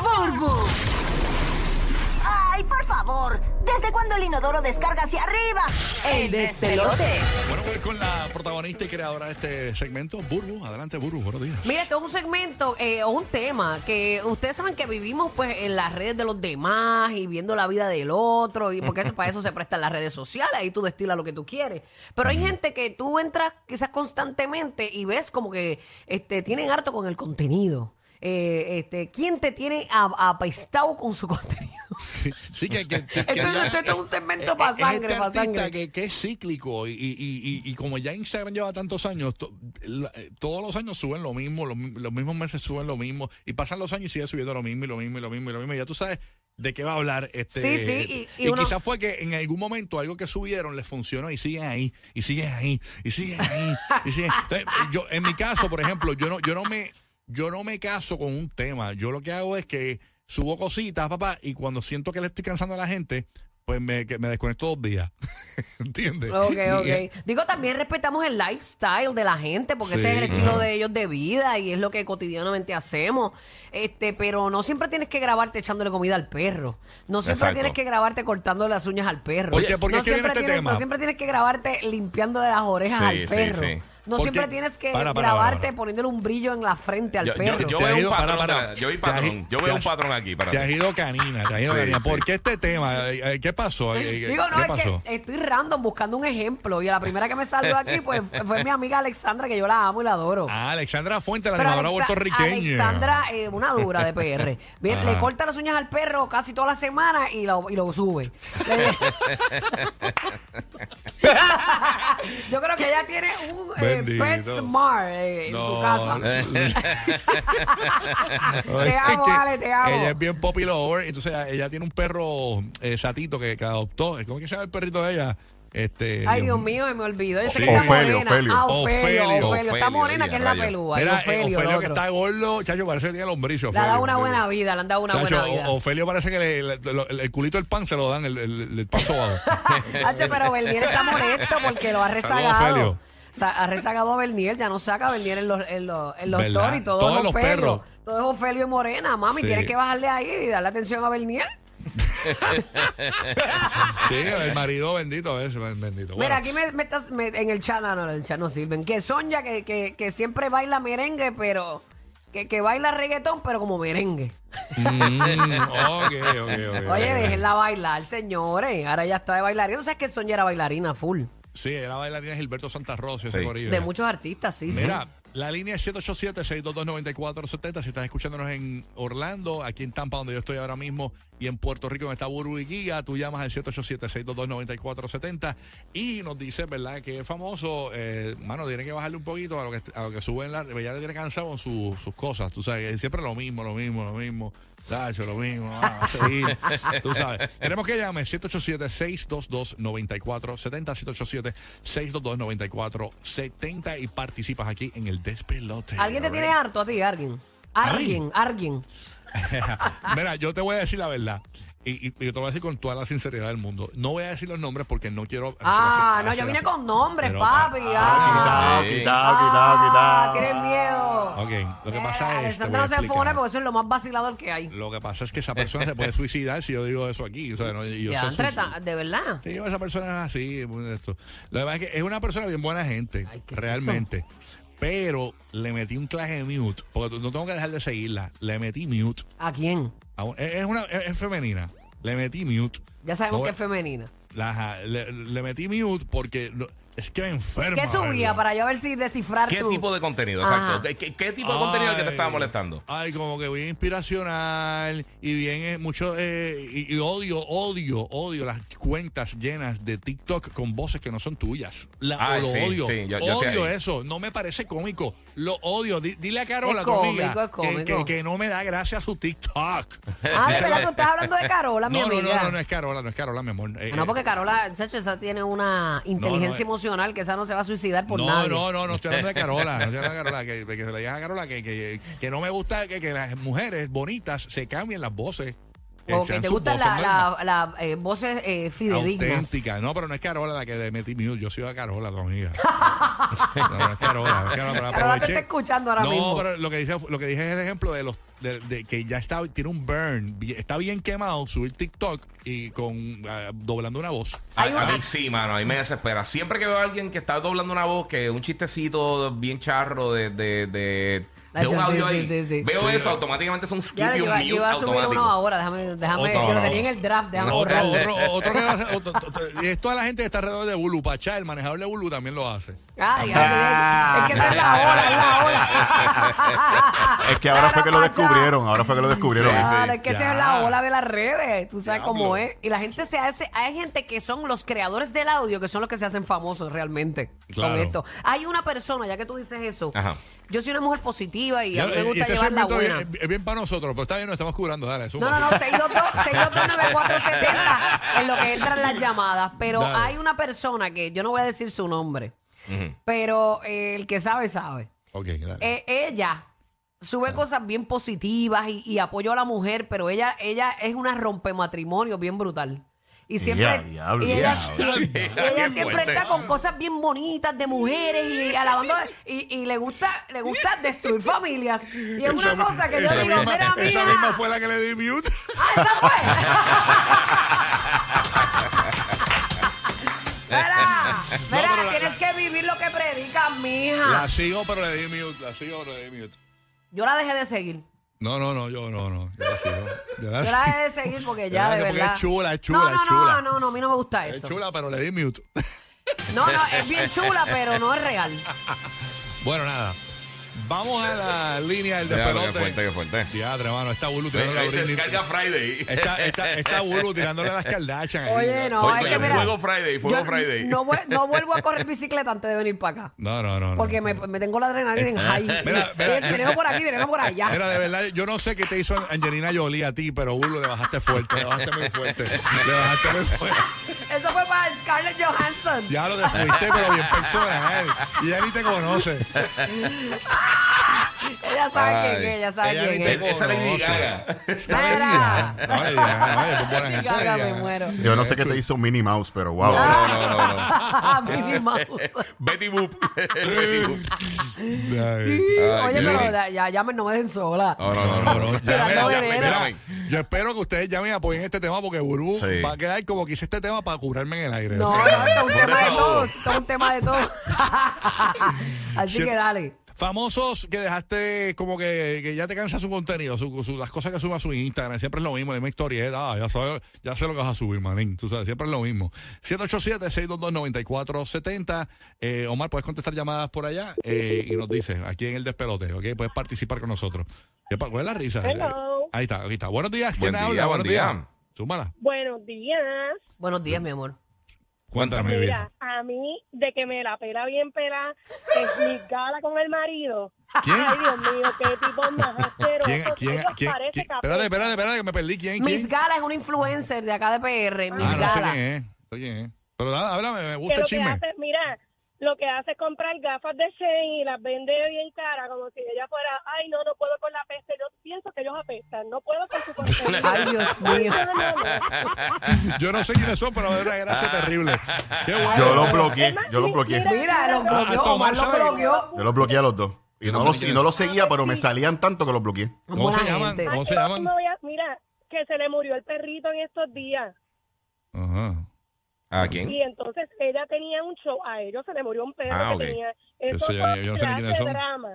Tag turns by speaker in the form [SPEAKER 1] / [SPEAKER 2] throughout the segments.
[SPEAKER 1] Burbu.
[SPEAKER 2] ¡Ay, por favor! ¿Desde cuándo el inodoro descarga hacia arriba?
[SPEAKER 1] El despelote.
[SPEAKER 3] Bueno, voy con la protagonista y creadora de este segmento, Burbu. Adelante, Burbu, buenos días.
[SPEAKER 4] Mira, esto es un segmento eh, o un tema que ustedes saben que vivimos pues en las redes de los demás y viendo la vida del otro y porque eso, para eso se prestan las redes sociales, ahí tú destilas lo que tú quieres. Pero hay gente que tú entras quizás constantemente y ves como que este, tienen harto con el contenido. Eh, este, ¿Quién te tiene a- apestado con su contenido?
[SPEAKER 3] Sí, que, que, que-
[SPEAKER 4] Esto-
[SPEAKER 3] que-
[SPEAKER 4] esto es un segmento
[SPEAKER 3] eh,
[SPEAKER 4] pa'
[SPEAKER 3] eh, es
[SPEAKER 4] sangre,
[SPEAKER 3] este
[SPEAKER 4] pa'
[SPEAKER 3] artista
[SPEAKER 4] sangre.
[SPEAKER 3] Que, que es cíclico y, y- y- y- y como ya Instagram lleva tantos años, to- la- eh, todos los años suben lo mismo, los, mi- los mismos meses suben lo mismo y pasan los años y sigue subiendo lo mismo y lo mismo y lo mismo y lo mismo. Y ya tú sabes de qué va a hablar este.
[SPEAKER 4] Sí, sí, y- y uno-
[SPEAKER 3] quizás fue que en algún momento algo que subieron les funcionó y siguen ahí y siguen ahí y siguen ahí y siguen. Entonces, eh, yo en mi caso, por ejemplo, yo no yo no me yo no me caso con un tema. Yo lo que hago es que subo cositas, papá, y cuando siento que le estoy cansando a la gente, pues me, que me desconecto dos días. ¿Entiendes?
[SPEAKER 4] Ok,
[SPEAKER 3] Y- eh,
[SPEAKER 4] ok. Digo, también respetamos el lifestyle de la gente, porque
[SPEAKER 3] Sí,
[SPEAKER 4] ese es el estilo
[SPEAKER 3] claro.
[SPEAKER 4] de ellos de vida y es lo que cotidianamente hacemos. Este, pero no siempre tienes que grabarte echándole comida al perro. No siempre
[SPEAKER 5] Exacto.
[SPEAKER 4] tienes que grabarte cortándole las uñas al perro.
[SPEAKER 3] Oye, ¿por qué
[SPEAKER 4] no
[SPEAKER 3] es que viene
[SPEAKER 4] siempre
[SPEAKER 3] este
[SPEAKER 4] tienes,
[SPEAKER 3] tema?
[SPEAKER 4] no siempre tienes que grabarte limpiándole las orejas
[SPEAKER 5] Sí,
[SPEAKER 4] al
[SPEAKER 5] sí,
[SPEAKER 4] perro.
[SPEAKER 5] sí.
[SPEAKER 4] No
[SPEAKER 3] ¿Por
[SPEAKER 4] siempre
[SPEAKER 3] qué?
[SPEAKER 4] tienes que
[SPEAKER 3] Para, para,
[SPEAKER 4] grabarte
[SPEAKER 3] para, para.
[SPEAKER 4] poniéndole un brillo en la frente al
[SPEAKER 5] Yo, yo-
[SPEAKER 4] perro.
[SPEAKER 5] yo
[SPEAKER 3] Te ha
[SPEAKER 5] veo
[SPEAKER 3] ido-
[SPEAKER 5] un patrón.
[SPEAKER 3] para, para.
[SPEAKER 5] Yo vi
[SPEAKER 3] Te ha
[SPEAKER 5] patrón.
[SPEAKER 3] ido-
[SPEAKER 5] Yo
[SPEAKER 3] te
[SPEAKER 5] veo un
[SPEAKER 3] has-
[SPEAKER 5] patrón aquí. Para
[SPEAKER 3] Te has
[SPEAKER 5] ti.
[SPEAKER 3] ido canina, te has ido
[SPEAKER 5] Sí,
[SPEAKER 3] canina. ¿Por
[SPEAKER 5] sí.
[SPEAKER 3] qué este tema? Eh, eh, ¿Qué pasó? Eh, eh,
[SPEAKER 4] Digo, no,
[SPEAKER 3] ¿Qué
[SPEAKER 4] es
[SPEAKER 3] pasó?
[SPEAKER 4] que estoy random buscando un ejemplo y a la primera que me salió aquí pues fue mi amiga Alexandra, que yo la amo y la adoro.
[SPEAKER 3] Ah, Alexandra Fuente, la
[SPEAKER 4] Pero
[SPEAKER 3] animadora
[SPEAKER 4] Alexa-
[SPEAKER 3] puertorriqueña.
[SPEAKER 4] Alexandra, eh, una dura de PR. Bien,
[SPEAKER 3] Ajá.
[SPEAKER 4] le corta las uñas al perro casi toda la semana y lo, y lo sube. Le- Yo creo que ella tiene un eh,
[SPEAKER 3] Bendito.
[SPEAKER 4] PetSmart eh, en
[SPEAKER 3] No.
[SPEAKER 4] su casa. Te amo,
[SPEAKER 3] Que
[SPEAKER 4] Ale, te amo.
[SPEAKER 3] Ella es bien poppy lover. Entonces, ella- ella tiene un perro eh, satito que, que adoptó. ¿Cómo es que se llama el perrito de ella? Este,
[SPEAKER 4] Ay, Dios mío, me olvidó. Yo sé
[SPEAKER 3] Sí.
[SPEAKER 4] que está
[SPEAKER 5] Ofelio,
[SPEAKER 4] morena.
[SPEAKER 5] Ofelio.
[SPEAKER 4] Ah, Ofelio,
[SPEAKER 3] Ofelio.
[SPEAKER 4] Ofelio. Está
[SPEAKER 5] Ofelio,
[SPEAKER 4] morena, que es la
[SPEAKER 5] rayo.
[SPEAKER 4] pelúa. y
[SPEAKER 3] Mira, eh,
[SPEAKER 4] Ofelio,
[SPEAKER 3] Ofelio,
[SPEAKER 4] el
[SPEAKER 3] que
[SPEAKER 4] otro.
[SPEAKER 3] está gordo, chacho, parece que tiene lombriz.
[SPEAKER 4] Le ha dado
[SPEAKER 3] Ofelio,
[SPEAKER 4] una
[SPEAKER 3] Ofelio.
[SPEAKER 4] buena vida, le han dado una
[SPEAKER 3] Chacho,
[SPEAKER 4] buena vida.
[SPEAKER 3] O- Ofelio parece que le- le- lo- el, el culito del pan se lo dan, el, el, el pan sobado.
[SPEAKER 4] Hacho, pero Bernier está molesto porque lo ha
[SPEAKER 3] Ofelio.
[SPEAKER 4] rezagado. O sea, ha rezagado a Bernier, ya no saca a Bernier en los, en los, en los
[SPEAKER 3] ¿Verdad?
[SPEAKER 4] toros y todo
[SPEAKER 3] Todos
[SPEAKER 4] es
[SPEAKER 3] los
[SPEAKER 4] Ofelio.
[SPEAKER 3] perros.
[SPEAKER 4] Todo es Ofelio y Morena, mami,
[SPEAKER 3] Sí.
[SPEAKER 4] tienes que bajarle ahí y darle atención a Bernier.
[SPEAKER 3] sí, el marido bendito es, bendito. Bueno,
[SPEAKER 4] Mira, aquí me, me estás me- en el chat, no, no, en el chat no sirven. Que Sonia, que, que, que siempre baila merengue, pero... Que, que baila reggaetón, pero como merengue.
[SPEAKER 3] mm, ok, ok, ok.
[SPEAKER 4] Oye, déjenla bailar, señores. Ahora ya está de bailarina. ¿No sabes que Sonia era bailarina full?
[SPEAKER 3] Sí, era bailarina Gilberto Santa Rosa, ese
[SPEAKER 5] Sí.
[SPEAKER 3] corillo.
[SPEAKER 4] De muchos artistas, sí, sí.
[SPEAKER 3] Mira, la línea es 787-622-9470. Si estás escuchándonos en Orlando, aquí en Tampa, donde yo estoy ahora mismo, y en Puerto Rico, en esta Buru y Guía, tú llamas al 787-622-9470 y nos dices, ¿verdad?, que es famoso. Eh, mano, tiene que bajarle un poquito a lo que, a lo que sube en la. Ya le tiene cansado con su- sus cosas, tú sabes, que siempre lo mismo, lo mismo, lo mismo. Tacho, lo mismo, ah, sí, tú sabes. Queremos que llame 787-622-9470, 787-622-9470 y participas aquí en el despelote.
[SPEAKER 4] ¿Alguien te tiene harto a ti? ¿Alguien? ¿Alguien? ¿Alguien?
[SPEAKER 3] Mira, yo te voy a decir la verdad. Y, y- y yo te voy a decir con toda la sinceridad del mundo. No voy a decir los nombres porque no quiero.
[SPEAKER 4] Ah,
[SPEAKER 3] hacer-
[SPEAKER 4] no,
[SPEAKER 3] hacer-
[SPEAKER 4] yo vine
[SPEAKER 3] hacer-
[SPEAKER 4] con nombres,
[SPEAKER 3] Pero,
[SPEAKER 4] papi.
[SPEAKER 3] ah,
[SPEAKER 4] Ah,
[SPEAKER 5] quitao,
[SPEAKER 4] Ah, tienes miedo.
[SPEAKER 3] Ok, lo que
[SPEAKER 4] Eh,
[SPEAKER 3] pasa es. te voy
[SPEAKER 4] Alessandra
[SPEAKER 3] a
[SPEAKER 4] no se enfone
[SPEAKER 3] explicar.
[SPEAKER 4] porque eso es lo más vacilador que hay.
[SPEAKER 3] Lo que pasa es que esa persona se puede suicidar si yo digo eso aquí. O sea, no, yo
[SPEAKER 4] Ya,
[SPEAKER 3] soy
[SPEAKER 4] entre
[SPEAKER 3] suicida.
[SPEAKER 4] tan- de verdad.
[SPEAKER 3] Sí, esa persona es así. muy Esto. Lo demás es que es una persona bien buena gente,
[SPEAKER 4] Ay, qué
[SPEAKER 3] realmente. Pero le metí un claje de mute, porque no tengo que dejar de seguirla. Le metí mute.
[SPEAKER 4] ¿A quién?
[SPEAKER 3] a un- es, es una, es, es femenina. Le metí mute.
[SPEAKER 4] Ya sabemos
[SPEAKER 3] No, eh.
[SPEAKER 4] que es femenina.
[SPEAKER 3] la- ajá, le, le metí mute porque no- es que me enferma.
[SPEAKER 4] ¿Qué subía
[SPEAKER 3] verla.
[SPEAKER 4] para yo ver si descifrar
[SPEAKER 5] ¿Qué
[SPEAKER 4] tú?
[SPEAKER 5] tipo de contenido?
[SPEAKER 4] Ajá.
[SPEAKER 5] Exacto. ¿Qué- ¿Qué, qué tipo de contenido es el que te
[SPEAKER 3] Ay.
[SPEAKER 5] estaba molestando?
[SPEAKER 3] Ay, como que bien inspiracional y bien eh, mucho eh, y, y odio, odio, odio las cuentas llenas de TikTok con voces que no son tuyas. La,
[SPEAKER 5] Ay,
[SPEAKER 3] lo
[SPEAKER 5] Ah, sí,
[SPEAKER 3] odio,
[SPEAKER 5] sí, yo- yo estoy
[SPEAKER 3] odio
[SPEAKER 5] ahí.
[SPEAKER 3] eso. No me parece cómico. Lo odio. Di- dile a Carola,
[SPEAKER 4] Es
[SPEAKER 3] tu amiga,
[SPEAKER 4] cómico, es
[SPEAKER 3] que- que,
[SPEAKER 4] cómico.
[SPEAKER 3] que no me da gracia su TikTok.
[SPEAKER 4] Ah, de verdad, tú estás hablando de Carola, mi
[SPEAKER 3] no, no,
[SPEAKER 4] amiga.
[SPEAKER 3] no, no, no es Carola, no es Carola, mi amor. Eh,
[SPEAKER 4] Ah, no,
[SPEAKER 3] eh,
[SPEAKER 4] porque Carola, chacho, esa tiene una inteligencia
[SPEAKER 3] eh.
[SPEAKER 4] emocional que esa no se va a suicidar por
[SPEAKER 3] no,
[SPEAKER 4] nada.
[SPEAKER 3] no, eh, no, no estoy hablando de Carola, no estoy hablando de Carola, que, que se le diga a Carola que, que, que no me gusta que, que las mujeres bonitas se cambien las voces. que
[SPEAKER 4] Porque
[SPEAKER 3] sean
[SPEAKER 4] te
[SPEAKER 3] sus
[SPEAKER 4] gustan
[SPEAKER 3] voces
[SPEAKER 4] las
[SPEAKER 3] norma-
[SPEAKER 4] la, la, eh, voces eh, fidedignas.
[SPEAKER 3] auténticas. No, pero no es Carola la que le metí mute, yo soy a Carola, tu amiga. no, no es Carola, no es Carola, pero
[SPEAKER 4] Carola te
[SPEAKER 3] aproveché.
[SPEAKER 4] está escuchando ahora
[SPEAKER 3] no,
[SPEAKER 4] mismo.
[SPEAKER 3] pero lo que, dice, lo que dije es el ejemplo de los de, de que ya está tiene un burn, bi- está bien quemado subir TikTok y con ah, doblando una voz.
[SPEAKER 5] A,
[SPEAKER 4] Hay
[SPEAKER 5] a
[SPEAKER 4] una-
[SPEAKER 5] mí sí, mano, a mí me desespera. Siempre que veo a alguien que está doblando una voz, que un chistecito bien charro de, de, de,
[SPEAKER 4] Ay,
[SPEAKER 5] de un
[SPEAKER 4] sí,
[SPEAKER 5] audio
[SPEAKER 4] sí,
[SPEAKER 5] ahí,
[SPEAKER 4] sí, sí.
[SPEAKER 3] Sí,
[SPEAKER 5] veo eso,
[SPEAKER 3] yo-
[SPEAKER 5] automáticamente es un skip
[SPEAKER 4] Ya,
[SPEAKER 5] y
[SPEAKER 4] yo,
[SPEAKER 5] un
[SPEAKER 4] iba- yo
[SPEAKER 5] mute
[SPEAKER 4] iba a subir
[SPEAKER 5] automático.
[SPEAKER 4] uno ahora, déjame, déjame,
[SPEAKER 3] Otro,
[SPEAKER 4] que lo
[SPEAKER 3] no.
[SPEAKER 4] tenía en el draft, déjame
[SPEAKER 3] Otro,
[SPEAKER 4] borrarlo.
[SPEAKER 3] otro, otro que va a hacer- otro- otro- y es toda la gente que está alrededor de Bulu. Pachá, el manejador de Bulu también lo hace.
[SPEAKER 4] Ay, ay, es que esa es la hora, es la hora.
[SPEAKER 6] Es que ahora fue que lo
[SPEAKER 4] Caramba, ya.
[SPEAKER 6] descubrieron, ahora fue que lo descubrieron.
[SPEAKER 4] Claro, es que esa es la ola de las redes, tú sabes
[SPEAKER 3] Diablo.
[SPEAKER 4] cómo es. Y la gente se hace, hay gente que son los creadores del audio que son los que se hacen famosos realmente
[SPEAKER 3] Claro.
[SPEAKER 4] con esto. Hay una persona, ya que tú dices eso,
[SPEAKER 5] Ajá.
[SPEAKER 4] yo soy una mujer positiva y a mí
[SPEAKER 3] Y-
[SPEAKER 4] me
[SPEAKER 3] y
[SPEAKER 4] gusta
[SPEAKER 3] este
[SPEAKER 4] llevar la
[SPEAKER 3] segmento
[SPEAKER 4] buena.
[SPEAKER 3] bien- Es bien para nosotros, pero está bien, nos estamos curando. Dale,
[SPEAKER 4] No,
[SPEAKER 3] zumba.
[SPEAKER 4] no, no, 622-9470 en lo que entran las llamadas. Pero
[SPEAKER 3] Dale.
[SPEAKER 4] hay una persona que yo no voy a decir su nombre,
[SPEAKER 5] Ujú.
[SPEAKER 4] pero eh, el que sabe, sabe.
[SPEAKER 3] Ok, dale.
[SPEAKER 4] Eh, ella sube cosas bien positivas y, y apoyo a la mujer, pero ella, ella es una rompematrimonio bien brutal. Y siempre,
[SPEAKER 6] Ya, diablo,
[SPEAKER 4] y ella,
[SPEAKER 6] diablo.
[SPEAKER 4] y- y ella
[SPEAKER 5] Bien
[SPEAKER 4] siempre
[SPEAKER 5] fuerte.
[SPEAKER 4] está con cosas bien bonitas de mujeres y alabando y, y le gusta, le gusta destruir familias. Y es una
[SPEAKER 3] Esa-
[SPEAKER 4] cosa que yo
[SPEAKER 3] esa
[SPEAKER 4] digo,
[SPEAKER 3] misma-
[SPEAKER 4] mira,
[SPEAKER 3] Esa
[SPEAKER 4] mira".
[SPEAKER 3] misma fue la que le di mute.
[SPEAKER 4] ¡Ah, esa fue! Mira, mira,
[SPEAKER 3] pero la-
[SPEAKER 4] tienes que vivir lo que predican, mija.
[SPEAKER 3] La sigo, pero le di mute. La sigo, pero le di mute.
[SPEAKER 4] Yo la dejé de seguir.
[SPEAKER 3] No, no, no, yo no, no. Yo la sigo. Yo la
[SPEAKER 4] Yo la dejé de seguir porque ya, de
[SPEAKER 3] Gracias, porque
[SPEAKER 4] verdad.
[SPEAKER 3] es chula, es chula,
[SPEAKER 4] no, no,
[SPEAKER 3] es chula.
[SPEAKER 4] No, no, no, a mí no me gusta
[SPEAKER 3] Es
[SPEAKER 4] eso.
[SPEAKER 3] chula, pero le di mute.
[SPEAKER 4] No, no, es bien chula, pero no es real.
[SPEAKER 3] bueno, nada. Vamos a la línea del
[SPEAKER 5] Diablo, qué fuerte,
[SPEAKER 3] despelote.
[SPEAKER 5] qué fuerte.
[SPEAKER 3] Diadre, mano. Está Bulu tirándole a
[SPEAKER 5] Ahí te
[SPEAKER 3] Britney.
[SPEAKER 5] descarga Friday. Eh,
[SPEAKER 3] Está, está, está Bulu tirándole a las caldachas. ahí.
[SPEAKER 4] Oye, no,
[SPEAKER 5] Oye,
[SPEAKER 4] es que mira.
[SPEAKER 5] Fuego Friday, Fuego
[SPEAKER 4] yo
[SPEAKER 5] Friday.
[SPEAKER 4] No, vu- no vuelvo a correr bicicleta antes de venir para acá.
[SPEAKER 3] No, no, no. no.
[SPEAKER 4] Porque me, me tengo la adrenalina en high.
[SPEAKER 3] Mira, mira,
[SPEAKER 4] Oye, venimos por aquí, venimos por allá.
[SPEAKER 3] Mira, de verdad, yo no sé qué te hizo Angelina Jolie a ti, pero Bulu, le bajaste fuerte, le bajaste muy fuerte. Le bajaste muy fuerte.
[SPEAKER 4] Eso fue para Scarlett Johansson.
[SPEAKER 3] Ya lo te fuiste, pero bien personal. Y ya ni te conoce.
[SPEAKER 4] Ella sabe quién
[SPEAKER 5] Ay.
[SPEAKER 4] es, ella sabe
[SPEAKER 3] Ella
[SPEAKER 4] quién
[SPEAKER 3] ni
[SPEAKER 4] es.
[SPEAKER 5] Eh, Esa es Lady
[SPEAKER 3] conoce.
[SPEAKER 5] Gaga.
[SPEAKER 3] Está medida. No le digas, no, oye, pues buena
[SPEAKER 4] Lady
[SPEAKER 3] gente,
[SPEAKER 4] Gaga,
[SPEAKER 3] oye,
[SPEAKER 4] me
[SPEAKER 3] ya.
[SPEAKER 4] muero.
[SPEAKER 6] Yo no sé qué te hizo Minnie Mouse, pero wow.
[SPEAKER 5] No, no, no, no.
[SPEAKER 4] Ah, Minnie Mouse.
[SPEAKER 5] Betty Boop. Betty Boop.
[SPEAKER 3] Ay. Oh,
[SPEAKER 4] Oye,
[SPEAKER 5] qué
[SPEAKER 4] pero
[SPEAKER 5] lindo.
[SPEAKER 4] da- ya, ya me, no me dejen sola.
[SPEAKER 5] No, no, no, no, no.
[SPEAKER 3] Ya,
[SPEAKER 4] Tirando
[SPEAKER 3] mira, ya,
[SPEAKER 4] veneno.
[SPEAKER 3] mira, yo espero que ustedes llamen y apoyen este tema porque Burbu
[SPEAKER 5] Sí.
[SPEAKER 3] va a quedar como que hice este tema para curarme en el aire.
[SPEAKER 4] No,
[SPEAKER 3] O
[SPEAKER 4] no,
[SPEAKER 3] sea,
[SPEAKER 4] esto es un
[SPEAKER 5] Por
[SPEAKER 4] tema de
[SPEAKER 5] esa
[SPEAKER 4] todos.
[SPEAKER 5] voz.
[SPEAKER 4] Esto es un tema de todos. Así
[SPEAKER 3] Shit.
[SPEAKER 4] que dale.
[SPEAKER 3] Famosos que dejaste como que, que ya te cansa su contenido, su- su- las cosas que sube a su Instagram, siempre es lo mismo, la misma historieta, ah, ya, sabe- ya sé lo que vas a subir, manín, tú sabes, siempre es lo mismo. 787-622-9470, eh, Omar, puedes contestar llamadas por allá eh, y nos dices, aquí en el despelote, ¿ok? Puedes participar con nosotros. ¿Qué pa- ¿Cuál es la risa?
[SPEAKER 7] Hello.
[SPEAKER 3] Ahí está, ahí está. Buenos días, ¿quién
[SPEAKER 5] Buen día,
[SPEAKER 3] habla?
[SPEAKER 5] buen
[SPEAKER 3] Buenos días.
[SPEAKER 5] día.
[SPEAKER 3] Súmala.
[SPEAKER 7] Buenos días.
[SPEAKER 4] Buenos días, mi amor.
[SPEAKER 3] Cuéntame, mi vida.
[SPEAKER 7] Mira, a mí, de que me la pela bien pela, es mi gala con el marido.
[SPEAKER 3] ¿Quién?
[SPEAKER 7] Ay, Dios mío, qué tipo más asqueroso.
[SPEAKER 3] ¿Quién? ¿Quién?
[SPEAKER 7] Eso
[SPEAKER 3] ¿Quién?
[SPEAKER 7] parece
[SPEAKER 3] quién?
[SPEAKER 7] capeta.
[SPEAKER 3] Espérate, espérate, espérate, que me perdí. ¿Quién?
[SPEAKER 4] Miss
[SPEAKER 3] quién?
[SPEAKER 4] Gala es una influencer de acá de PR. Miss
[SPEAKER 3] Ah, no sé
[SPEAKER 4] Gala.
[SPEAKER 3] quién es. sé quién es. Pero nada, háblame, me
[SPEAKER 7] Que
[SPEAKER 3] gusta
[SPEAKER 7] lo
[SPEAKER 3] el
[SPEAKER 7] que
[SPEAKER 3] chisme.
[SPEAKER 7] hace, mira, lo que hace es comprar gafas de Shane y las vende bien cara, como si ella fuera, ay, no, no puedo con la peste. Yo pienso que ellos apestan, no puedo con su contenido.
[SPEAKER 4] Ay, Dios mío.
[SPEAKER 7] No, no, no.
[SPEAKER 3] Yo no sé quiénes son, pero es una gracia terrible. Qué bueno.
[SPEAKER 6] Yo lo bloqueé,
[SPEAKER 7] Es más,
[SPEAKER 6] yo lo
[SPEAKER 7] mi-
[SPEAKER 6] bloqueé.
[SPEAKER 4] Mira, lo
[SPEAKER 7] mira,
[SPEAKER 4] bloqueó,
[SPEAKER 3] Tomás
[SPEAKER 4] Omar lo
[SPEAKER 3] sabe.
[SPEAKER 4] bloqueó.
[SPEAKER 6] Yo los bloqueé a los dos. Y no, los, y no los seguía, pero me salían tanto que los bloqueé.
[SPEAKER 3] ¿Cómo se llaman?
[SPEAKER 4] gente.
[SPEAKER 3] ¿Cómo se
[SPEAKER 7] Ay,
[SPEAKER 3] llaman?
[SPEAKER 7] no voy a- mira, que se le murió el perrito en estos días.
[SPEAKER 3] Ajá.
[SPEAKER 5] ¿A quién?
[SPEAKER 7] Y entonces ella tenía un show. A ellos se le murió un perro
[SPEAKER 5] Ah,
[SPEAKER 7] que
[SPEAKER 5] ok.
[SPEAKER 7] tenía.
[SPEAKER 3] Yo
[SPEAKER 7] Eso
[SPEAKER 3] sé, yo- yo no sé ni quiénes
[SPEAKER 7] clase de
[SPEAKER 3] son.
[SPEAKER 7] drama.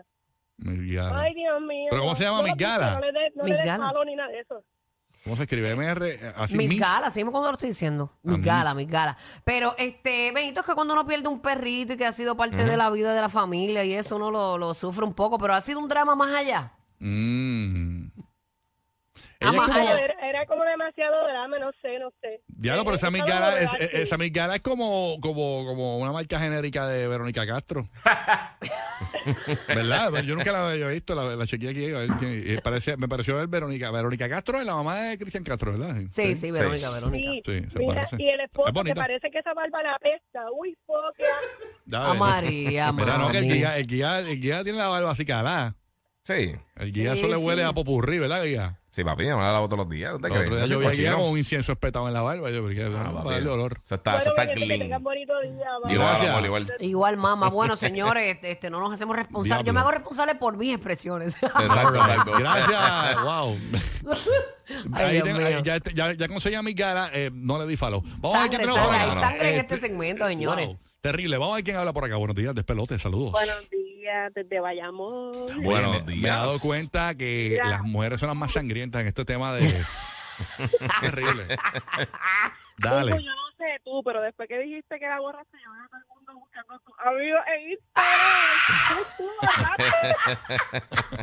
[SPEAKER 3] Mis galas.
[SPEAKER 7] Ay, Dios mío.
[SPEAKER 3] ¿Pero cómo se llama?
[SPEAKER 7] No lo
[SPEAKER 3] Mis galas.
[SPEAKER 7] busques, No le des- no le
[SPEAKER 4] Mis
[SPEAKER 7] des
[SPEAKER 4] galas.
[SPEAKER 7] palo ni nada de eso.
[SPEAKER 3] ¿Cómo se escribe? MR. Así
[SPEAKER 4] Mis
[SPEAKER 3] mis-
[SPEAKER 4] galas, seguimos cuando lo estoy diciendo. Mis
[SPEAKER 3] mis.
[SPEAKER 4] galas, mis galas. Pero, este, Benito, es que cuando uno pierde un perrito y que ha sido parte de la vida de la familia y eso, uno lo, lo sufre un poco, pero ha sido un drama más allá.
[SPEAKER 3] Mm. Ella
[SPEAKER 4] Ama-
[SPEAKER 3] es
[SPEAKER 7] Ah,
[SPEAKER 3] como.
[SPEAKER 4] Ay, yo-
[SPEAKER 7] Era, era como demasiado drama, no sé, no sé.
[SPEAKER 3] Diablo, pero esa
[SPEAKER 7] Eso
[SPEAKER 3] Miss
[SPEAKER 7] lo voy a
[SPEAKER 3] Gala es,
[SPEAKER 7] dar, sí.
[SPEAKER 3] esa Miss Gala es como, como, como una marca genérica de Verónica Castro. ¿Verdad? Yo nunca la había visto, la, la chequeé aquí. a ver quién- y parecía- me pareció ver Verónica. Verónica Castro es la mamá de Cristian Castro, ¿verdad?
[SPEAKER 4] Sí, sí, Verónica,
[SPEAKER 5] Sí.
[SPEAKER 4] Verónica.
[SPEAKER 3] Sí, se parece.
[SPEAKER 7] y el
[SPEAKER 3] Es
[SPEAKER 7] esposo que
[SPEAKER 3] bonita.
[SPEAKER 7] parece que esa barba la pesta. Uy, foca.
[SPEAKER 3] Dale.
[SPEAKER 4] A María,
[SPEAKER 3] Mira, no, que el
[SPEAKER 4] mami.
[SPEAKER 3] guía, el, guía, el guía tiene la barba así calada.
[SPEAKER 5] Sí.
[SPEAKER 3] El guía
[SPEAKER 4] Sí,
[SPEAKER 3] solo le
[SPEAKER 4] sí.
[SPEAKER 3] huele a popurrí, ¿verdad, guía?
[SPEAKER 5] Sí, papi, yo me la lavo todos los días. ¿Usted
[SPEAKER 3] El otro día
[SPEAKER 5] cree?
[SPEAKER 3] yo vi al guía con
[SPEAKER 5] Cochino.
[SPEAKER 3] un incienso espetado en la barba. Yo, pero, ¿qué?
[SPEAKER 5] Ah,
[SPEAKER 3] Para
[SPEAKER 5] papi.
[SPEAKER 3] darle olor.
[SPEAKER 5] Eso está, eso
[SPEAKER 7] Bueno,
[SPEAKER 5] está
[SPEAKER 7] belleza, que tengan
[SPEAKER 5] clean.
[SPEAKER 7] bonito día. bye.
[SPEAKER 5] Igual,
[SPEAKER 3] Gracias.
[SPEAKER 5] amor, igual.
[SPEAKER 4] Igual, mamá. Bueno, señores, este, no nos hacemos responsables. Yo
[SPEAKER 3] Diablo. Oh,
[SPEAKER 4] me hago responsable por mis expresiones.
[SPEAKER 5] Exacto, exacto.
[SPEAKER 3] Gracias, wow.
[SPEAKER 4] Ay,
[SPEAKER 3] Ahí
[SPEAKER 4] Dios
[SPEAKER 3] tengo-
[SPEAKER 4] mío.
[SPEAKER 3] ahí ya, ya, ya conseguí a mi cara, eh, no le di follow. Vamos a ver
[SPEAKER 4] Sangre,
[SPEAKER 3] qué tenemos
[SPEAKER 4] sangre,
[SPEAKER 3] por acá.
[SPEAKER 4] hay sangre en este segmento, señores.
[SPEAKER 3] wow, terrible. Vamos a ver quién habla por acá. Buenos días, despelote, saludos.
[SPEAKER 7] Buenos días, desde Bayamón.
[SPEAKER 3] Oye,
[SPEAKER 5] Buenos
[SPEAKER 3] me- Me he
[SPEAKER 5] días.
[SPEAKER 3] dado cuenta que las mujeres son las más sangrientas en este tema de. terrible.
[SPEAKER 7] Hugo,
[SPEAKER 3] Dale.
[SPEAKER 7] Yo no sé tú, pero después que dijiste que la borra se llevaba a todo el mundo buscando a tus amigos en Instagram.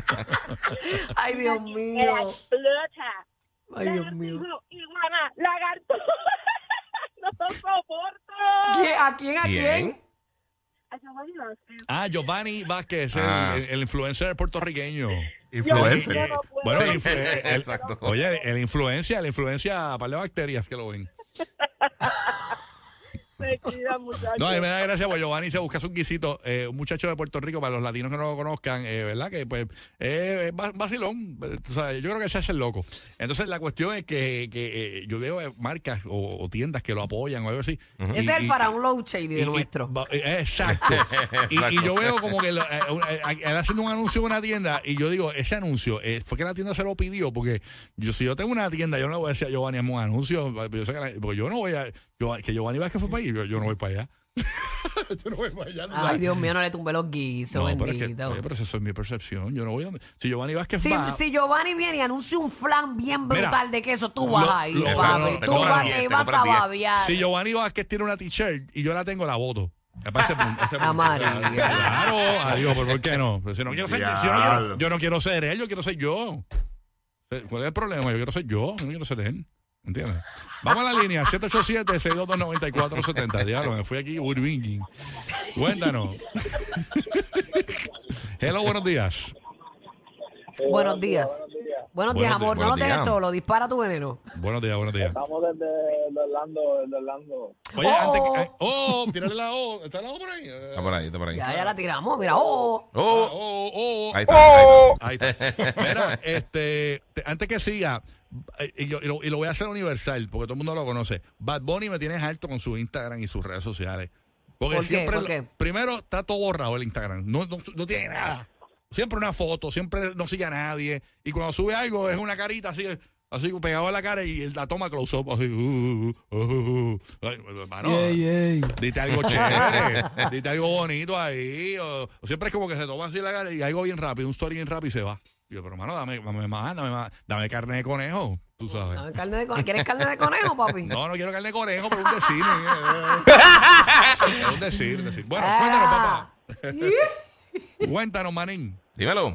[SPEAKER 4] Ay, Dios
[SPEAKER 7] Era
[SPEAKER 4] mío.
[SPEAKER 7] explota.
[SPEAKER 4] Ay, Dios mío.
[SPEAKER 7] Lagartijo, Iguana, lagarto. No lo soporto.
[SPEAKER 4] ¿Qui- ¿A quién? ¿A
[SPEAKER 5] ¿Quién?
[SPEAKER 4] quién?
[SPEAKER 7] Ay, yo voy a hacer-
[SPEAKER 3] Ah, Giovanni Vázquez, el-
[SPEAKER 5] Ah.
[SPEAKER 3] el, el influencer puertorriqueño.
[SPEAKER 7] Yo
[SPEAKER 6] Influencer.
[SPEAKER 7] no puedo.
[SPEAKER 3] Bueno, el, influ- el- el-
[SPEAKER 5] Exacto.
[SPEAKER 3] oye, el influencia, la influencia para las bacterias que lo ven.
[SPEAKER 7] Se cuida, muchachos.
[SPEAKER 3] No, a mí me da gracia porque Giovanni se busca un guisito, eh, un muchacho de Puerto Rico, para los latinos que no lo conozcan, eh, ¿verdad? Que pues eh, es ba- vacilón, eh, tú sabes, yo creo que se hace el loco. Entonces la cuestión es que, que, eh, yo veo eh, marcas o, o tiendas que lo apoyan o algo así. Y-
[SPEAKER 4] Ese es el
[SPEAKER 3] y-
[SPEAKER 4] faraón low shade
[SPEAKER 3] y-
[SPEAKER 4] de
[SPEAKER 3] y-
[SPEAKER 4] nuestro.
[SPEAKER 3] va- eh, Exacto. y, y yo veo como que lo- eh, eh, él haciendo un anuncio en una tienda y yo digo, ese anuncio eh, fue que la tienda se lo pidió porque yo si yo tengo una tienda, yo no le voy a decir a Giovanni, es un anuncio, yo sé que la- porque yo no voy a, yo- que Giovanni Vázquez fue para allí, yo, yo no voy para allá. yo no voy para allá. tú
[SPEAKER 4] Ay,
[SPEAKER 3] sabes.
[SPEAKER 4] Dios mío, no le tumbé los guisos,
[SPEAKER 3] No, pero, es que,
[SPEAKER 4] bendito.
[SPEAKER 3] oye, pero eso es mi percepción, yo no voy a... Si Giovanni Vázquez
[SPEAKER 4] Si,
[SPEAKER 3] va...
[SPEAKER 4] si Giovanni viene y anuncia un flan bien
[SPEAKER 3] Mira,
[SPEAKER 4] brutal de queso, tú
[SPEAKER 3] lo-
[SPEAKER 4] vas ahí,
[SPEAKER 3] lo- este,
[SPEAKER 4] papi.
[SPEAKER 3] Exacto, te
[SPEAKER 4] Tú
[SPEAKER 3] compras
[SPEAKER 4] vas,
[SPEAKER 3] diez,
[SPEAKER 4] te
[SPEAKER 5] te
[SPEAKER 4] vas a
[SPEAKER 5] compras diez.
[SPEAKER 4] babiar.
[SPEAKER 3] Si Giovanni Vázquez tiene una t-shirt y yo la tengo, la voto. pues,
[SPEAKER 4] A María.
[SPEAKER 3] Ah, Claro, adiós, pero ¿por qué no? Pero si no quiero ser, si yo, no quiero,
[SPEAKER 6] Diablo.
[SPEAKER 3] yo no quiero ser él, yo quiero ser yo. Eh, ¿Cuál es el problema? Yo quiero ser yo, yo no quiero ser él. ¿Entiendes? Vamos a la línea, 787-622-9470. Diablo, me fui aquí, Urbingin. Cuéntanos. Hello, buenos días.
[SPEAKER 4] Buenos días. Buenos días, amor. No
[SPEAKER 5] Buenos días,
[SPEAKER 4] lo
[SPEAKER 5] buenos
[SPEAKER 4] dejes
[SPEAKER 5] días.
[SPEAKER 4] solo. Dispara tu veneno.
[SPEAKER 3] Buenos días, buenos días.
[SPEAKER 8] Estamos desde desde Orlando, desde Orlando.
[SPEAKER 3] Oye,
[SPEAKER 4] Oh.
[SPEAKER 3] antes que. eh, Oh, tírale la O. ¿Está la O por ahí? Eh,
[SPEAKER 5] Está por ahí, está por ahí.
[SPEAKER 4] Ya, ya la tiramos. Mira, oh.
[SPEAKER 3] Oh,
[SPEAKER 5] Oh,
[SPEAKER 3] oh, oh.
[SPEAKER 5] ahí está, ahí
[SPEAKER 3] Ahí está. Mira, este, te- antes que siga, eh, y, yo- y lo, y lo voy a hacer universal, porque todo el mundo lo conoce. Bad Bunny me tienes alto con su Instagram y sus redes sociales. Porque
[SPEAKER 4] ¿Por qué?
[SPEAKER 3] siempre,
[SPEAKER 4] ¿Por
[SPEAKER 3] lo-
[SPEAKER 4] qué?
[SPEAKER 3] primero, está todo borrado el Instagram. No, no- no tiene nada. Siempre una foto, siempre no sigue a nadie. Y cuando sube algo, es una carita así. Así pegado a la cara y la toma close up así. uh, uh, uh, uh. Ay, hermano, Dite algo chévere, dite algo bonito ahí. O, o siempre es como que se toma así la cara y algo bien rápido, un story bien rápido y se va. Y yo, pero hermano, dame, dame más, dame más, dame carne de conejo, tú sabes.
[SPEAKER 4] Dame carne de conejo. ¿Quieres carne de conejo, papi?
[SPEAKER 3] No, no quiero carne de conejo, pero un decir. eh. un decir, decir. Bueno,
[SPEAKER 4] Ah.
[SPEAKER 3] cuéntanos, papá. cuéntanos, manín.
[SPEAKER 5] está. Dímelo.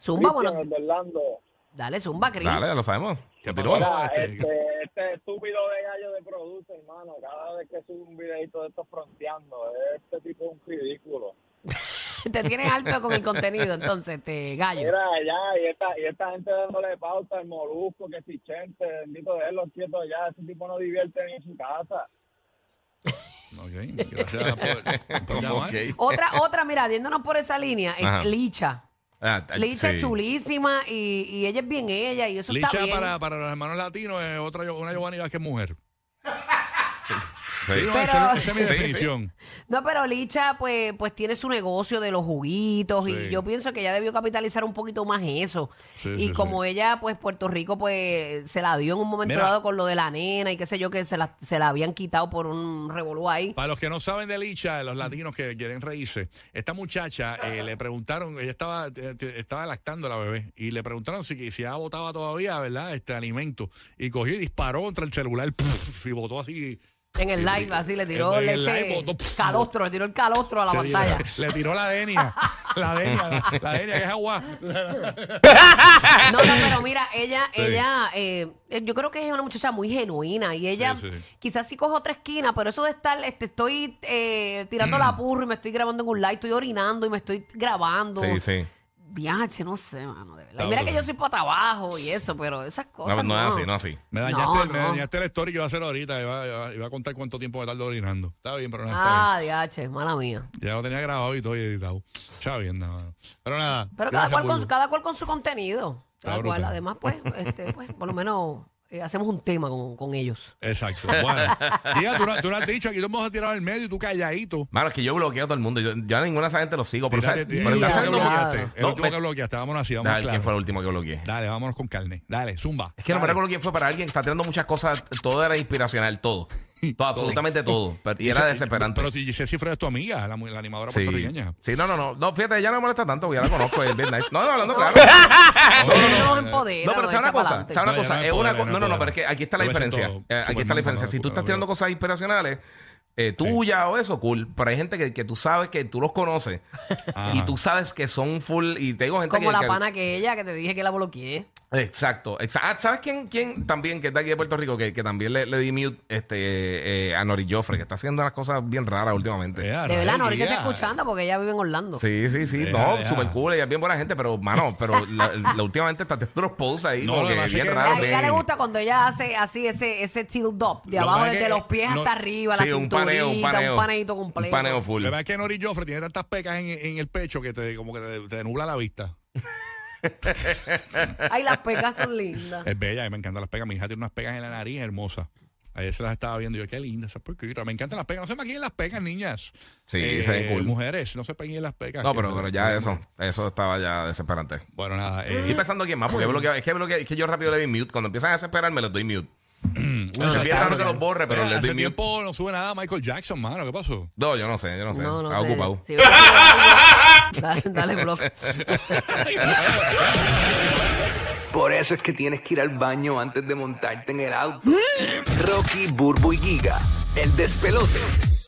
[SPEAKER 4] Zumba,
[SPEAKER 8] Cristian,
[SPEAKER 4] bueno.
[SPEAKER 8] desde Orlando.
[SPEAKER 4] Dale, zumba, Cris.
[SPEAKER 5] Dale, lo sabemos.
[SPEAKER 3] ¿Qué
[SPEAKER 5] Continúa.
[SPEAKER 3] pasó?
[SPEAKER 9] Ah,
[SPEAKER 8] Mira,
[SPEAKER 3] este-
[SPEAKER 8] este, este estúpido de gallo de produce, hermano. Cada vez que sube un videito de estos fronteando, este tipo es un ridículo.
[SPEAKER 4] Te tienes alto con el contenido, entonces, te gallo.
[SPEAKER 8] Mira, ya, y esta, y esta gente dándole pauta al molusco, que si chente, bendito de él, lo siento ya. Ese tipo no divierte ni en su casa.
[SPEAKER 3] Ok, gracias Pues por, por llamar.
[SPEAKER 5] Ok.
[SPEAKER 4] Otra, otra, mira, yéndonos por esa línea,
[SPEAKER 5] Ajá.
[SPEAKER 4] es Licha.
[SPEAKER 5] Ah, ah,
[SPEAKER 4] Licha
[SPEAKER 5] sí.
[SPEAKER 4] es chulísima y, y ella es bien ella y eso
[SPEAKER 3] Licha
[SPEAKER 4] está bien.
[SPEAKER 3] para, para los hermanos latinos es otra, una Giovanni Vázquez mujer.
[SPEAKER 5] Sí.
[SPEAKER 3] no,
[SPEAKER 4] Pero-
[SPEAKER 3] esa, esa es mi
[SPEAKER 5] Sí, sí.
[SPEAKER 3] definición.
[SPEAKER 4] No, pero Licha, pues, pues tiene su negocio de los juguitos
[SPEAKER 3] Sí.
[SPEAKER 4] y yo pienso que ella debió capitalizar un poquito más eso.
[SPEAKER 3] Sí,
[SPEAKER 4] y
[SPEAKER 3] sí,
[SPEAKER 4] como ella, pues Puerto Rico, pues se la dio en un momento
[SPEAKER 3] Mira.
[SPEAKER 4] dado con lo de la nena y qué sé yo, que se la, se la habían quitado por un revolú ahí.
[SPEAKER 3] Para los que no saben de Licha, los latinos que quieren reírse, esta muchacha eh, le preguntaron, ella estaba, eh, te- estaba lactando a la bebé, y le preguntaron si, si ella botaba todavía, ¿verdad? Este alimento. Y cogió y disparó contra el celular ¡puf! y botó así.
[SPEAKER 4] En el
[SPEAKER 3] Y-
[SPEAKER 4] live, así le tiró
[SPEAKER 3] en el
[SPEAKER 4] leche.
[SPEAKER 3] live botó, pff,
[SPEAKER 4] calostro, le tiró el calostro a la
[SPEAKER 3] Se-
[SPEAKER 4] pantalla.
[SPEAKER 3] Le, tiró la denia. La denia, la, la denia que es agua.
[SPEAKER 4] No, no, pero mira, ella, ella, eh, eh, yo creo que es una muchacha muy genuina y ella
[SPEAKER 3] Sí, sí.
[SPEAKER 4] quizás sí coge otra esquina, pero eso de estar, este, estoy eh, tirando
[SPEAKER 5] Mm.
[SPEAKER 4] la purra y me estoy grabando en un live, estoy orinando y me estoy grabando.
[SPEAKER 5] Sí, sí.
[SPEAKER 4] Diache, no sé, mano, de verdad. Y
[SPEAKER 3] Está
[SPEAKER 4] mira
[SPEAKER 3] duro.
[SPEAKER 4] que yo soy pata abajo y eso, pero esas cosas.
[SPEAKER 5] No, pues no es así, no es así.
[SPEAKER 3] Me dañaste,
[SPEAKER 4] No,
[SPEAKER 3] me
[SPEAKER 4] no.
[SPEAKER 3] dañaste la story que iba a hacer ahorita. Iba, iba- iba a contar cuánto tiempo me tardó orinando. Está bien, pero no está bien.
[SPEAKER 4] Ah, diache, mala mía.
[SPEAKER 3] Ya lo tenía grabado y todo y editado. Está bien, nada. más. Pero nada.
[SPEAKER 4] Pero cada
[SPEAKER 3] gracias,
[SPEAKER 4] cual, con su,
[SPEAKER 3] Bulbu.
[SPEAKER 4] cada cual con su contenido. Cada
[SPEAKER 3] brutal.
[SPEAKER 4] cual, además, pues, este, pues, por lo menos eh, hacemos un tema con, con ellos.
[SPEAKER 3] Exacto. Bueno. Diga, tú, no- tú no has dicho, aquí todo el mundo se ha tirado al medio y tú calladito.
[SPEAKER 5] Mano, es que yo bloqueo a todo el mundo. Yo, yo a ninguna de esa gente lo sigo. Pero,
[SPEAKER 3] Tírate,
[SPEAKER 5] ¿sabes?
[SPEAKER 3] tírate, el
[SPEAKER 5] Pero está
[SPEAKER 4] ya,
[SPEAKER 3] último que
[SPEAKER 5] haciendo-
[SPEAKER 4] ya.
[SPEAKER 3] bloqueaste. El
[SPEAKER 5] No,
[SPEAKER 3] último
[SPEAKER 5] me-
[SPEAKER 3] que bloqueaste. Vámonos así, vamos
[SPEAKER 5] Dale, ¿quién fue el
[SPEAKER 3] claro.
[SPEAKER 5] último que bloqueé?
[SPEAKER 3] Dale, vámonos con carne. Dale, zumba.
[SPEAKER 5] Es que no me
[SPEAKER 3] Dale.
[SPEAKER 5] recuerdo quién fue, para alguien que está tirando muchas cosas, todo era inspiracional, todo. Todo, absolutamente todo. Pero- y era
[SPEAKER 3] Dice-
[SPEAKER 5] desesperante.
[SPEAKER 3] Pero si Giselle Cifra es tu amiga, la, mu- la animadora
[SPEAKER 5] Sí.
[SPEAKER 3] puertorriqueña.
[SPEAKER 5] sí, no, no, no. No, fíjate, ya no me molesta tanto, porque ya la conozco, es bien nice. No, no, hablando claro.
[SPEAKER 3] eh,
[SPEAKER 4] No, empodera,
[SPEAKER 5] No, pero
[SPEAKER 4] lo
[SPEAKER 5] sabe
[SPEAKER 4] echa
[SPEAKER 5] una cosa,
[SPEAKER 4] pa'lante.
[SPEAKER 5] sabe una
[SPEAKER 3] No, ya no
[SPEAKER 5] cosa,
[SPEAKER 3] hay
[SPEAKER 5] es una
[SPEAKER 3] problema,
[SPEAKER 5] co-
[SPEAKER 3] no hay
[SPEAKER 5] no, no, no,
[SPEAKER 3] problema.
[SPEAKER 5] pero es que aquí está la
[SPEAKER 3] Lo ves en
[SPEAKER 5] diferencia.
[SPEAKER 3] todo.
[SPEAKER 5] Eh, aquí está
[SPEAKER 3] Superman,
[SPEAKER 5] la diferencia. Si tú
[SPEAKER 3] Superman,
[SPEAKER 5] estás tirando cosas inspiracionales, eh, tuyas o eso, cool. Pero hay gente que, que tú sabes que tú los conoces
[SPEAKER 3] Ajá.
[SPEAKER 5] y tú sabes que son full. Y tengo gente
[SPEAKER 4] Como
[SPEAKER 5] que.
[SPEAKER 4] la
[SPEAKER 5] que-
[SPEAKER 4] pana que ella, que te dije que la bloqueé.
[SPEAKER 5] Exacto, exacto. Ah, ¿Sabes quién, quién también, que está aquí de Puerto Rico, que, que también le, le di mute este, eh, a Nori Joffre, que está haciendo unas cosas bien raras últimamente?
[SPEAKER 3] Ya,
[SPEAKER 4] De verdad, no, ahorita está
[SPEAKER 3] ya.
[SPEAKER 4] escuchando porque ella vive en Orlando.
[SPEAKER 5] Sí, sí, sí.
[SPEAKER 3] Deja,
[SPEAKER 5] no,
[SPEAKER 3] deja.
[SPEAKER 5] super cool. Ella es bien buena gente, pero, mano, pero la, la últimamente está haciendo unos posts ahí
[SPEAKER 3] No,
[SPEAKER 5] como
[SPEAKER 3] lo que
[SPEAKER 5] que
[SPEAKER 3] pasa es
[SPEAKER 5] bien
[SPEAKER 3] que-
[SPEAKER 4] A
[SPEAKER 5] raros.
[SPEAKER 4] ella
[SPEAKER 5] bien-
[SPEAKER 4] le gusta cuando ella hace así ese, ese tilt up, de
[SPEAKER 3] Lo
[SPEAKER 4] abajo,
[SPEAKER 3] más es
[SPEAKER 4] desde
[SPEAKER 3] que
[SPEAKER 4] los pies
[SPEAKER 3] no-
[SPEAKER 4] hasta arriba,
[SPEAKER 5] Sí,
[SPEAKER 4] la
[SPEAKER 5] un
[SPEAKER 4] cinturita,
[SPEAKER 5] paneo, un paneo.
[SPEAKER 4] paneíto completo.
[SPEAKER 5] Un paneo
[SPEAKER 3] La
[SPEAKER 5] full.
[SPEAKER 3] verdad es que Nori Joffre tiene tantas pecas en, en el pecho que te, como que te, te nubla la vista.
[SPEAKER 4] Ay, las pecas son lindas.
[SPEAKER 5] Eh,
[SPEAKER 3] Es bella, me encantan las pegas. Mi hija tiene unas pegas en la nariz hermosas. Ayer se las estaba viendo y yo, qué linda esa porquita. Me encantan las pegas. No se maquillen las pegas, niñas. Eh,
[SPEAKER 5] Sí, se ven cool.
[SPEAKER 3] Mujeres, no se peguen las pegas.
[SPEAKER 5] No,
[SPEAKER 3] Que-
[SPEAKER 5] pero, pero ya eso, eso estaba ya desesperante.
[SPEAKER 3] Bueno, nada. eh,
[SPEAKER 5] Estoy pensando quién más, porque he bloqueado- es, que he bloqueado- es que yo rápido le doy mute. Cuando empiezan a desesperar, me los doy mute.
[SPEAKER 3] bueno,
[SPEAKER 5] se pierde ahora que los borre, pero
[SPEAKER 3] Mira,
[SPEAKER 5] les doy
[SPEAKER 3] hace
[SPEAKER 5] mute.
[SPEAKER 3] tiempo no sube nada Michael Jackson, mano. ¿Qué pasó?
[SPEAKER 5] No, yo no sé, yo no sé.
[SPEAKER 4] No, no
[SPEAKER 5] Está
[SPEAKER 4] sé.
[SPEAKER 5] ocupado.
[SPEAKER 4] Sí, bueno, dale, dale, blog.
[SPEAKER 9] Por eso es que tienes que ir al baño antes de montarte en el auto. Rocky, Burbu y Giga, el despelote.